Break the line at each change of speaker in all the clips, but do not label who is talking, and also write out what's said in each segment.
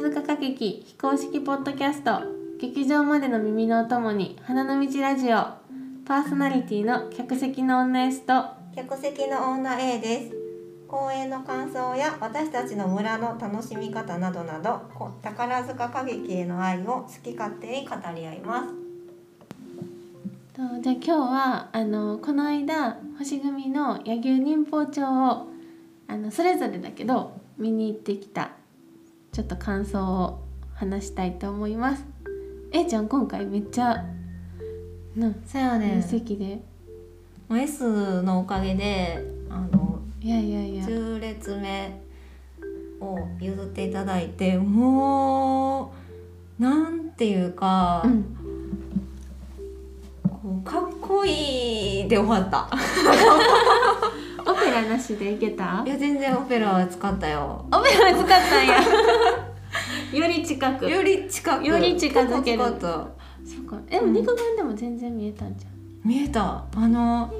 劇非公式ポッドキャスト劇場までの耳のお供に花の道ラジオパーソナリティの客席の女 S と
客席の女 A です公演の感想や私たちの村の楽しみ方などなどこ宝塚歌劇への愛を好き勝手に語り合います
とじゃあ今日はあのこの間星組の柳生忍法帳をあのそれぞれだけど見に行ってきたちょっと感想を話したいと思います。えいちゃん今回めっちゃな
そうや
分
ね
析で、
もう S のおかげであの
いやいやいや
10列目を譲っていただいてもうなんていうか、
うん
こうかっこいいで終わった
オペラなしでいけた
いや全然オペラは使ったよ
オペラ使ったんやより近く
より近く
より近づける
近かった
そうかでも肉眼でも全然見えたんじゃん
見えたあの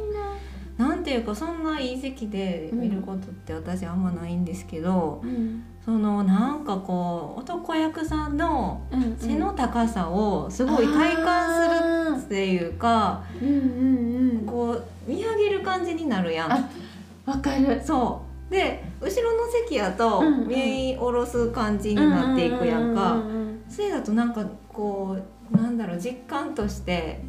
なんていうかそんないい席で見ることって私あんまないんですけど、
うん
そのなんかこう男役さんの
うんうん
背の高さをすごい体感するっていうか、
するうんうんうん
こう見上げる感じになるやん。
あわかる
そうで後ろの席やと
うんうん
見下ろす感じになっていくやんか。
うううんうん
それだとなんかこうなんだろう実感として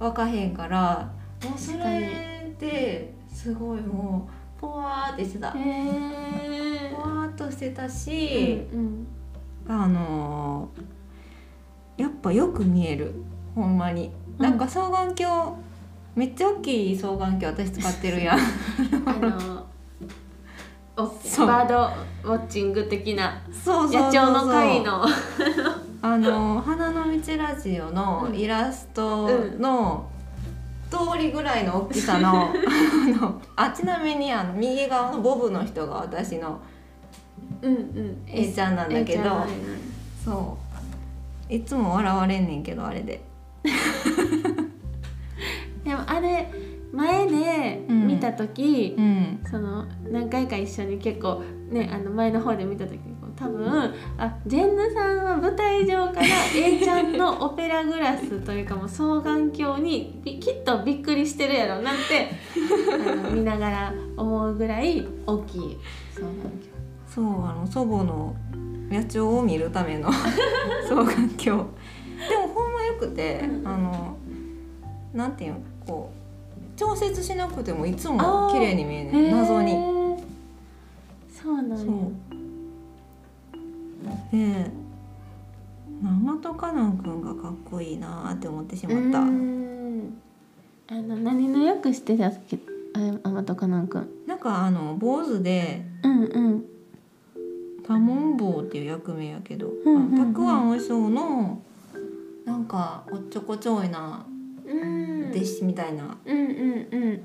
わかへんからもうそれですごいもうポワーってしてた
うん。へ
ポワーっとしてたし
え、うん
あのーやっぱよく見えるほんまに。
うん
なんか双眼鏡めっちゃ大きい双眼鏡私使って るやん
うん、あのお
そう
バードウォッチング的な
そうそうそうそう
野鳥の会の
あの「花の道ラジオ」のイラストの通りぐらいの大きさ のあのあちなみにあの右側のボブの人が私の
うんうん
えいちゃんなんだけどそういつも笑われんねんけどあれで
でもあれ前で
うん
見た時、
うん
その何回か一緒に結構ねあの前の方で見た時こう多分あジェンヌさんは舞台上から A ちゃんのオペラグラスというかもう双眼鏡にびきっとびっくりしてるやろうなってあの見ながら思うぐらい大きい双眼鏡。
そうあの祖母の野鳥を見るた めの双眼鏡でもほんまよくて
うん
あのなんていうのこう調節しなくてもいつも綺麗に見えんねん謎
へ
に。
ーそうなん
そ
や
うで生とカナン君がかっこいいなーって思ってしまった
うーんあの何の役してたっけあまとかなんくん
なんかあの坊主で
うんうん
多聞坊っていう役名やけど、
んうんうん
あのたくあんお師匠のなんかおっちょこちょいな
うん
弟子みたいな、
うんうんうん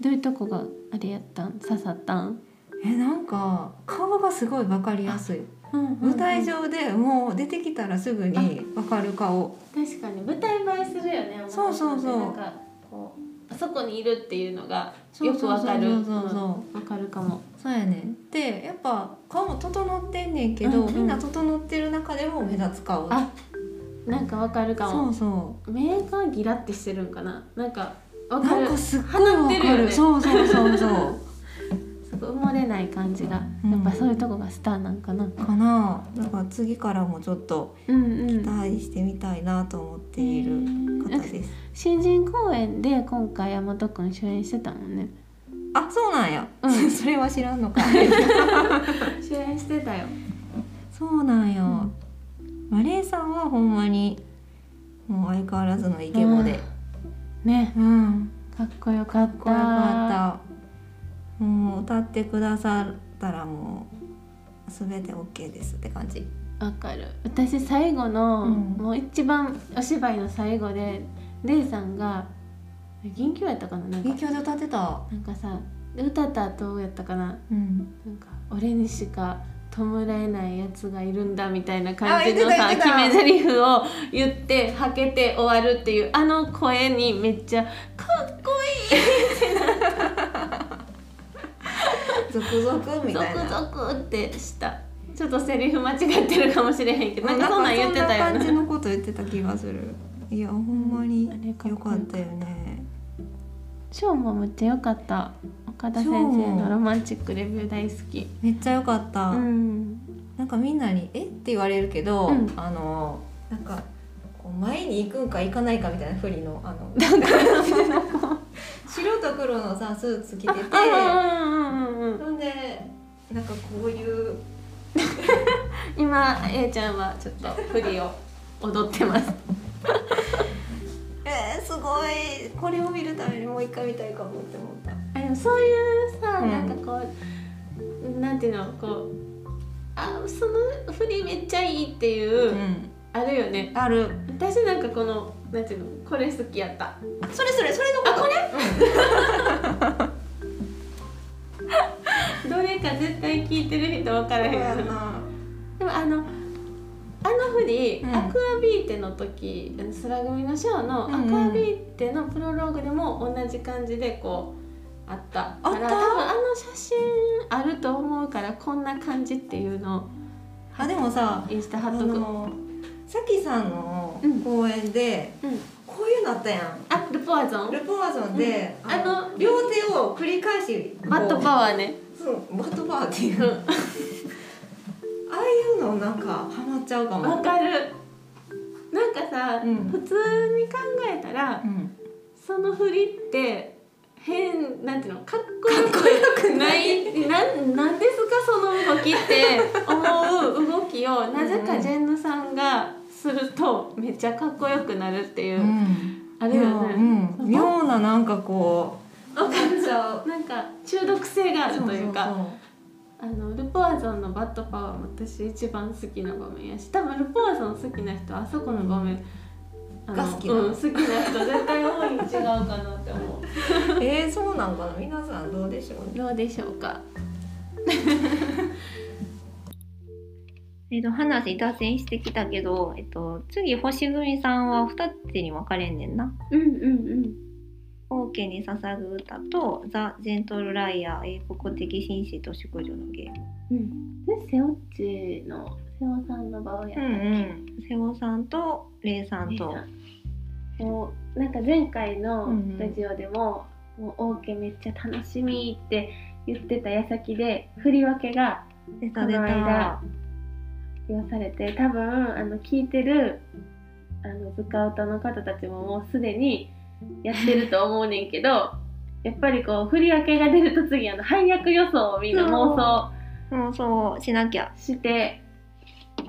どういうとこがあれやったん刺さったん、
えなんか顔がすごいわかりやすい、
うん
舞台上でもう出てきたらすぐにわかる顔
確かに舞台映えするよね
そうそうそう
なんかこうあそこにいるっていうのが
そう
よくわかる
そうそうそうそう
うんわかるかも
そうやねんでやっぱ顔も整ってんねんけど、
うんうん
みんな整ってる中でも目立つ顔
あなんかわかるか
そ
も
うそ
メーカーギラってしてるんかななんかわか
うな
る
んかすっごい
放
わか
って
る
るよね
そうそうそうそう
すごい埋もれない感じが
うん
やっぱそういうとこがスターなんかな、
かなだから次からもちょっと
うんうん
期待してみたいなと思っている方です、
新人公演で今回大和くん主演してたもんね
あそうなんや、
うん
それは知ら んのか
主演してたよ
そうなんや、
うん
マレーさんはほんまにもう相変わらずのイケボで
ね
うん
かっこよかった
かっこよかったもう歌ってくださったらもう全て OK ですって感じ
わかる私最後の、
うん
もう一番お芝居の最後でレイさんが銀球やったかななんか
響で歌ってた
なんかさ歌った後やったかな
うん
なんか俺にしか弔えないやつがいるんだみたいな感じ
あ言
の
ってた
さ
言って
決
た
め台詞を言ってはけて終わるっていうあの声にめっちゃかっこ
続々
いい
み
ゾ
たい
ク
な
ゾクってしたちょっとセリフ間違ってるかもしれへんけどなんかそんなん言ってたよ
んかそんな感
な
じのこと言ってた気がするいやほんまに良かったよね
超もめっちゃ良かった岡田先生のロマンチックレビュー大好き
めっちゃ良かった、
うん
なんかみんなに「えっ?」て言われるけど、
うん
あのなんかこう前に行くんか行かないかみたいなふりのあの 白と黒のさスーツ着てて
あうんうんうんうん
ほんでなんかこういう
今 A ちゃんはちょっと振りを踊ってます
「えー、すごいこれを見るためにもう一回見たいかも」って思った。
あでもそういうさ、
うん
なんかこうなんていうのこうあその振りめっちゃいいっていう、
ん、
あるよね
ある
私なんかこのなんていうのこれ好きやった
それそれそれのこと
あこどれか絶対聞いてる人分からへん
そう
や
や
ろ
な
でもあのあの振り、
うん
アクアビーテの時スラ組のショーの、
うんうん
アクアビーテのプロローグでも同じ感じでこうあった
あった
から多分あの写真あると思うからこんな感じっていうのを
あでもさ
インスタ貼
あ
っとく、
のさきさんの
うん
公演で、
うん、
こういうのあったやん
あルポアゾン
ルポワゾンで、
うんあの
両手を繰り返し
バットパワーね
ーそうバットパワーっていう うんああいうのなんかハマっちゃうか
わ
も、
かるなんかさ、
うん
普通に考えたら
うん、
その振りって変なんていうのかっこよくないなんなんですかその動きって思う動きをなぜかジェンヌさんがするとめっちゃかっこよくなるっていう、あれ
いや
よ
う
ね、
ん妙ななんかこう
わかる
ちゃう
なんか中毒性があるというか
そうそう
あのルポアゾンのバットパワーも私一番好きな場面やし多分ルポアゾン好きな人あそこの場面あの
が好きな
うん、好きな人絶対多いに違うかなって思う
そうえー、そうなんかな皆さんどうでしょうね
どうでしょうか
えっと、話脱線してきたけど、えっと、次星組さんは2つに分かれんねんな。
うんうんうん
王家に捧ぐ歌とザ・ジェントル・ライアー英国的紳士と淑女の芸。
うん、で瀬尾っちの瀬尾さんの場合やった
う
っ
んうん。瀬尾さんとレイさん
け、
と。
もうなんか前回の
うんうん
ラジオでも「もう王家めっちゃ楽しみ」って言ってた矢先で振り分けが
出
こ
た出
の間
た。
発表されて多分あの聞いてるあのズカウトの方たちももうすでにやってると思うねんけどやっぱりこう振り分けが出ると次あの配役予想をみんな妄想
もうそうしなきゃ。
して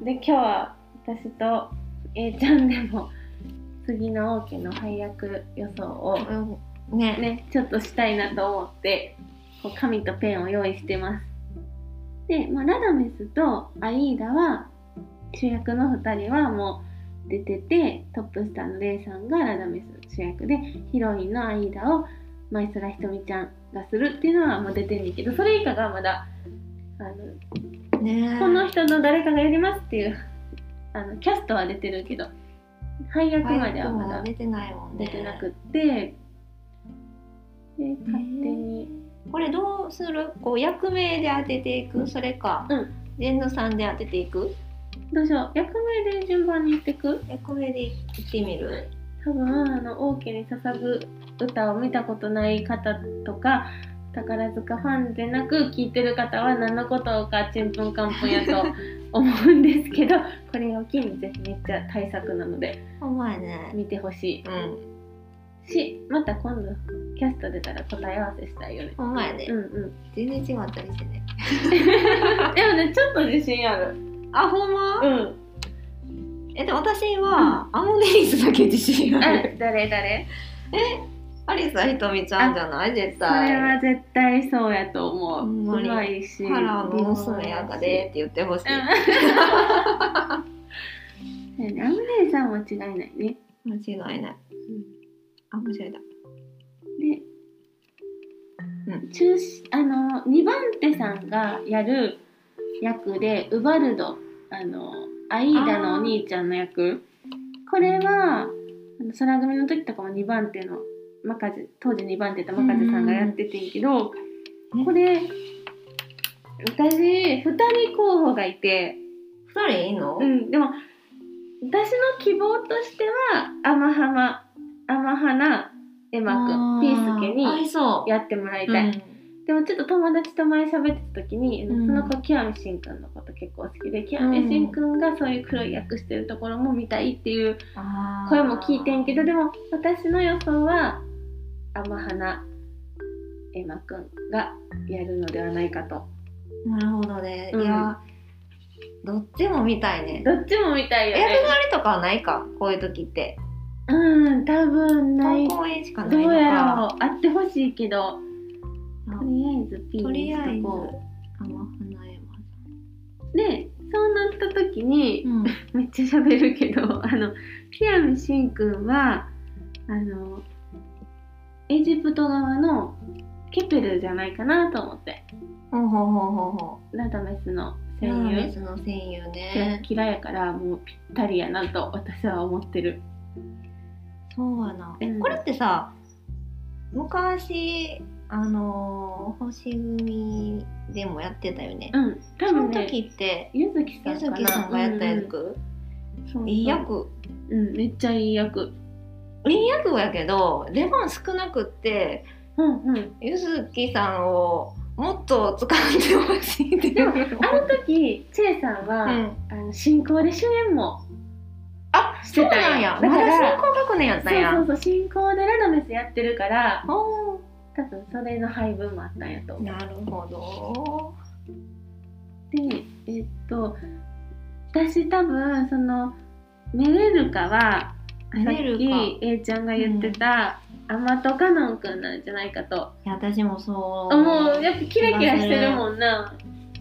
で今日は私と A ちゃんでも次の王家の配役予想を
うん、ね
ねちょっとしたいなと思ってこう紙とペンを用意してますで、まあ、ラダメスとアイーダは主役の2人はもう出ててトップスターのレイさんがラダメス主役でヒロインのアイーダをマイソラひとみちゃんがするっていうのはもう出てんねんけどそれ以下がまだあの
ね
この人の誰かがやりますっていうあのキャストは出てるけど配役まではまだ
出てないもんね。
出てなくって、で勝手に、
これどうするこう役名で当てていくそれか、
うん
ジェンヌさんで当てていく
どうしよう役名で順番に言ってく
役名でいってみる
多分あの王家に捧ぐ歌を見たことない方とか宝塚ファンでなく聞いてる方は何のことかちんぷんかんぷんや と思うんですけどこれを機にぜひめっちゃ大作なので
お前ね
見てほしい。
うん
しまた今度キャスト出たら答え合わせしたいよね
お前ね
うんうん
全然違ったりしてね
でもねちょっと自信ある
あほんま
うん
えでも私は、アモデリスだけ自信あ
あ
る
誰誰
アリサひとみちゃんじゃない絶
それ
対
は絶対そうやと思う
ほん
う
まに
まいし
ハラの娘やかでって言ってほしい、
うんねアムレイさんは違いないね
間違いない、あ間違えた
で、
うん
中止あの2番手さんがやる役でウバルドあのアイーダのお兄ちゃんの役これはあの空組の時とかも2番手のマカジ当時2番手とマカジさんがやっててんけ
うん
ど、これ私2人候補がいて、
二人いいの、
うん、でも私の希望としては天浜天花エマくんピースケ
あー合
に
いそう
やってもらい
うん
たい、でもちょっと友達と前喋ってた時に、
うん
その子キアミシンくんのこと結構好きでキアミシンくんがそういう黒い役してるところも見たいっていう
あー
声も聞いてんけどでも私の予想は天花エマくんがやるのではないかと
なるほどね、
うん
いやどっちも見たいね
どっちも見たいよ
役
ね
割とかはないかこういう時って
うん多分ない
本公演しかな
ど
いの
うや
から
あってほしいけど
まあ
とりあえずピ
とりあえ
ー
ず
ン
天
とこ
花絵馬
うでそうなった時に、
うん
めっちゃ喋るけどあのピアミシンくんはあのエジプト側のケペルじゃないかなと思って
ほうほうほうほうほ
ラダメスの
う
声優
スの戦友
キラ
ね
キラやからもうぴったりやなと私は思ってる
そうやなえ、
うん
これってさ昔あのー星組でもやってたよね、
うん多
その
分ね
時って
ゆずきさん
ゆ
か
ず
な
きさんがやったやつ、
うんそうそう
いい役
うんめっちゃいい役
いい役やけど出番少なくって
うんうん
ゆずきさんをもっと掴んでほしいっていう
あの時チェイさんは、
うん
あの新行で主演も
あ
し
そう
てた
なん
ん
や
や
まだ
だから
新高学年やったんや
そうそうそう新行でラダメスやってるから
ほ
多分それの配分もあったんやと
う
思
なるほど
うでえっと私多分そのメレルカはさ
メレ
っ
ルカ
き A ちゃんが言ってた、アマトカノンくんなんじゃないかと
いや私もそう
もうやっぱキラキラしてるもんな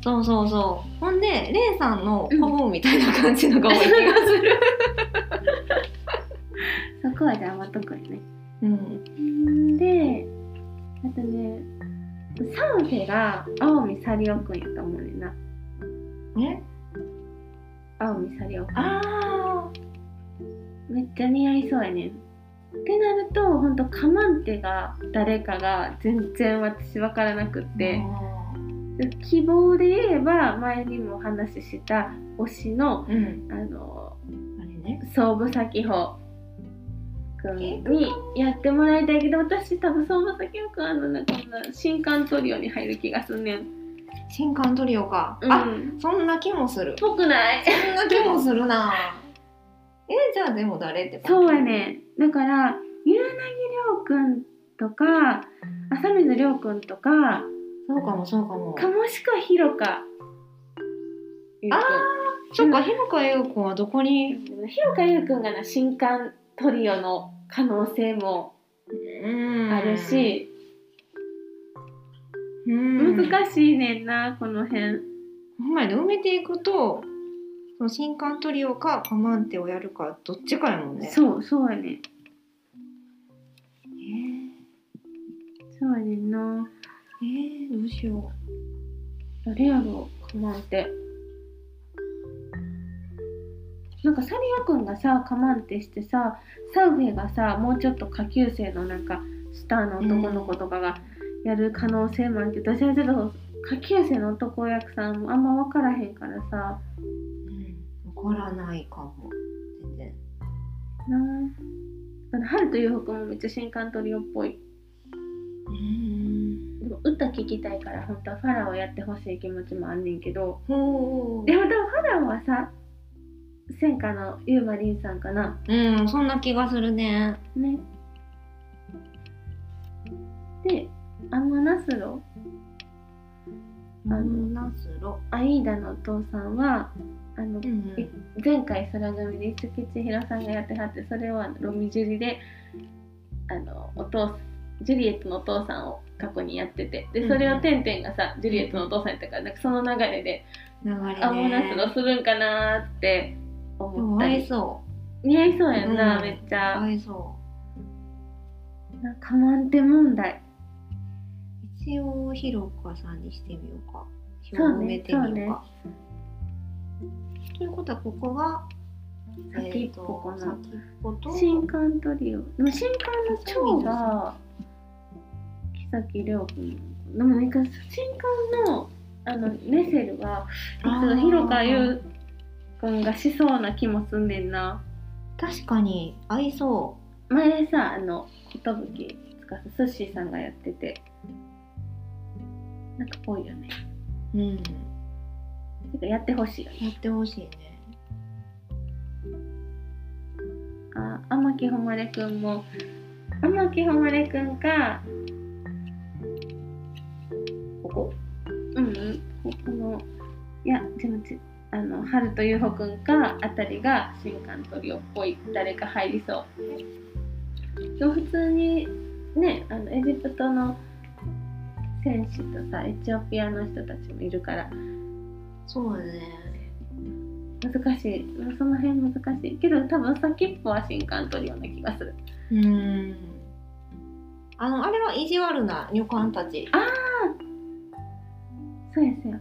そうそうそうほんでレイさんの古文みたいな感じのが多い気がする、
そこはじゃあアマトくんやね
うん、
であとねサンフェが青見サリオくんやと思うねんな
ね
青見サリオくん
あ
めっちゃ似合いそうやねん。ってなるとほんとカマンテが誰かが全然私分からなくっ
ー
て、希望で言えば前にもお話しした推しの
うん
あの
あれね
総武咲穂くんにやってもらいたいけど私多分総武咲穂くんあのなんかこんな新刊トリオに入る気がすんねん。
新刊トリオか、
うん、
あそんな気もする
ぽくない
そんな気もするな えじゃあでも誰って感
そ
じ
うやねだから夕凪亮くんとか浅水亮くんとか
そうかもそうかも
かもしくはひろかゆうくん
あそっか日向優子はどこに
ひろかゆうくんがな新刊トリオの可能性もあ
あ
る、し、
うん、
難しいねんなこの辺
ほんまやね埋めていくとその新刊トリオかカマンテをやるかどっちかやもんねう
そうそうやねそうやねんな
えー、どうしよ
誰やろうかまんてなんかサリアくんがさかまんてしてさサウフェがさもうちょっと下級生のなんかスターの男の子とかがやる可能性もあるけど、私はちょっと下級生の男役さんあんま分からへんからさ
う、うん、わからないかも全然
なあの春という服もめっちゃ新刊トリオっぽい
うん
でも歌聴きたいから本当はファラオやってほしい気持ちもあんねんけど
ほ
でも多分ファラオはさ戦火のユーマリンさんかな
ううんそんな気がするね
ね。で、アムナスロ、
あ
の
ナスロ
アイーダのお父さんは、あの
う、ん
え前回空組で一木千尋さんがやってはって、それをあのロミジュリで、あの、お父ジュリエットのお父さんを過去にやってて、で、それ
うんう
を
ん
テンテンがさ、ジュリエットのお父さんやったから、なんかその流れで、
流れね
アムナスロするんかなーって
でも
思った
合い
り。
そう
似合いそうやんな、
うん
めっちゃ。
合いそ
なんか、マンテ問題。
う一応ひろかさんにしてみようかひ
そう
ろ
ね
埋めてみようかということはここが
先っぽかな。
先っぽと
新刊トリオでも新刊の長が木崎涼君でもなんか新刊のあのネセルは
あー
いつの広川優くんがしそうな気もすんねんな
確かに合いそ
前さあの寿司すすっしーさんがやっててなんかぽいよね
ううん
てかやってほしいよね
やってほしいね
あ天城誉くんも天城誉くんかここうんうんここのいやでもちあの春と優穂くんかあたりが新館トリオっぽい誰か入りそうでも普通にねあのエジプトの選手とさエチオピアの人たちもいるから
そうだね
難しいその辺難しいけど多分先っぽは新館トリオな気がする
うんあのあれは意地悪な旅館たち
そうですよ。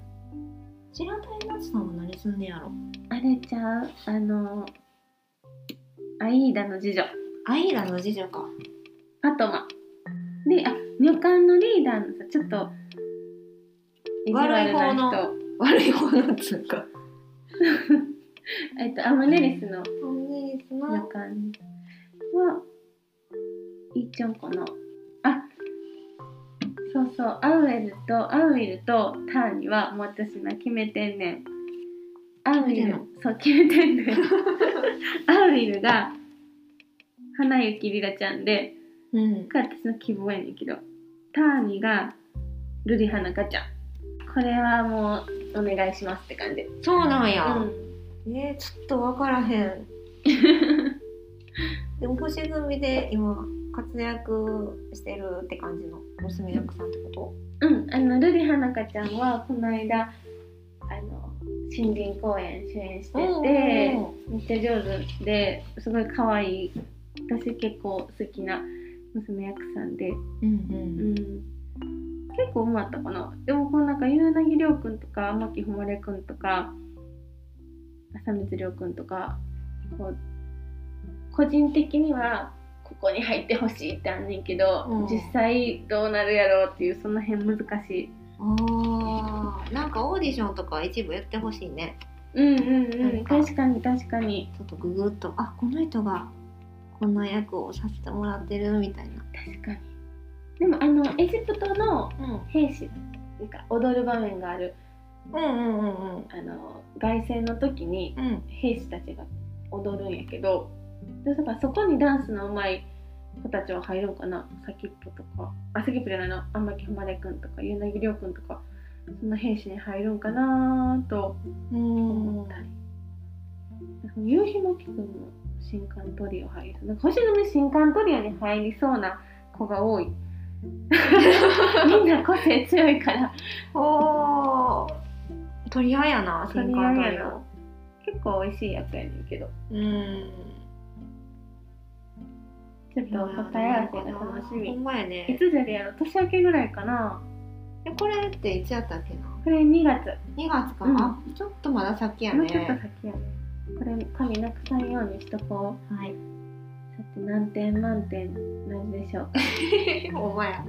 白谷町さんは何すんねやろ
あれちゃうあの、アイーダの次女、
アイラの次女か
パトマ。で、あ、旅館のリーダーのさ、ちょっと、意地
悪い
な
方の
人。
悪い方のつうか
えっと、アムネリスの
アムネリス
旅
の
館は、イーチョンコの、あ、そうそう、アウエルと、アウイルとターニは、もう私な、決めてんねん。アウイ
決めてん
ル
の、
そう、決めてん ねん。アウイルが、花雪りらちゃんで、
うん
が私の希望やねんけどターニがルリハナカちゃんこれはもうお願いしますって感じ
そうなんや、
う
えー、ちょっと分からへ んでも星組で今活躍してるって感じの娘役さんってこ
ん、うん、あのルリハナカちゃんはこの間あの森林公園主演して
と
てめっちゃ上手ですごい可愛い私結構好きな娘役さんで、
うんう
うんん、結構うまかったかなでもこのなんか夕凪亮君とか天城誉君とか浅光亮君とかこう個人的にはここに入ってほしいってあんねんけど、
うん
実際どうなるやろうっていうその辺難しい
あーなんかオーディションとか一部やってほしいね
うんうん
う
うんん確かに確かに
ちょっとググッとあこの人がこんな役をさせてもらってるみたいな
確かにでもあのエジプトの
うん
兵士なんか踊る場面がある
うんうんうんうん
あの凱旋の時に
うん
兵士たちが踊るんやけどでだからそこにダンスの上手い子たちは入るんかな先っぽとかあ先っぽじゃないの天城誉くんとか柳涼くんとかその兵士に入るんかなと
うん
思ったり、なんか夕日もきくんも新刊トリオ入りそうなんか星組新刊トリオに入りそうな子が多い みんな個性強いから
おー取り合いやな
取り
新
合い
刊
や
取り合い
な結構美味しい役やねんけど
うん
ちょっと答え合わせが楽しみ
ほんまや
い
ね
つじゃりやろ年明けぐらいかな
えこれっていつやったっけな
これ2月、
2月か
うん
な、あちょっとまだ先や
もうちょっと
ね
先やねこれ髪なくさんようにしとこう
はい
さて何点満点なんでしょうか
ほんまや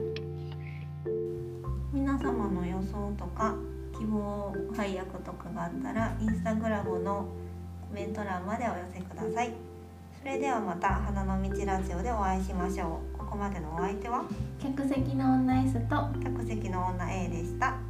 皆様の予想とか希望配役とかがあったらインスタグラムのコメント欄までお寄せくださいそれではまた花の道ラジオでお会いしましょうここまでのお相手は
客席の女 S と
客席の女 A でした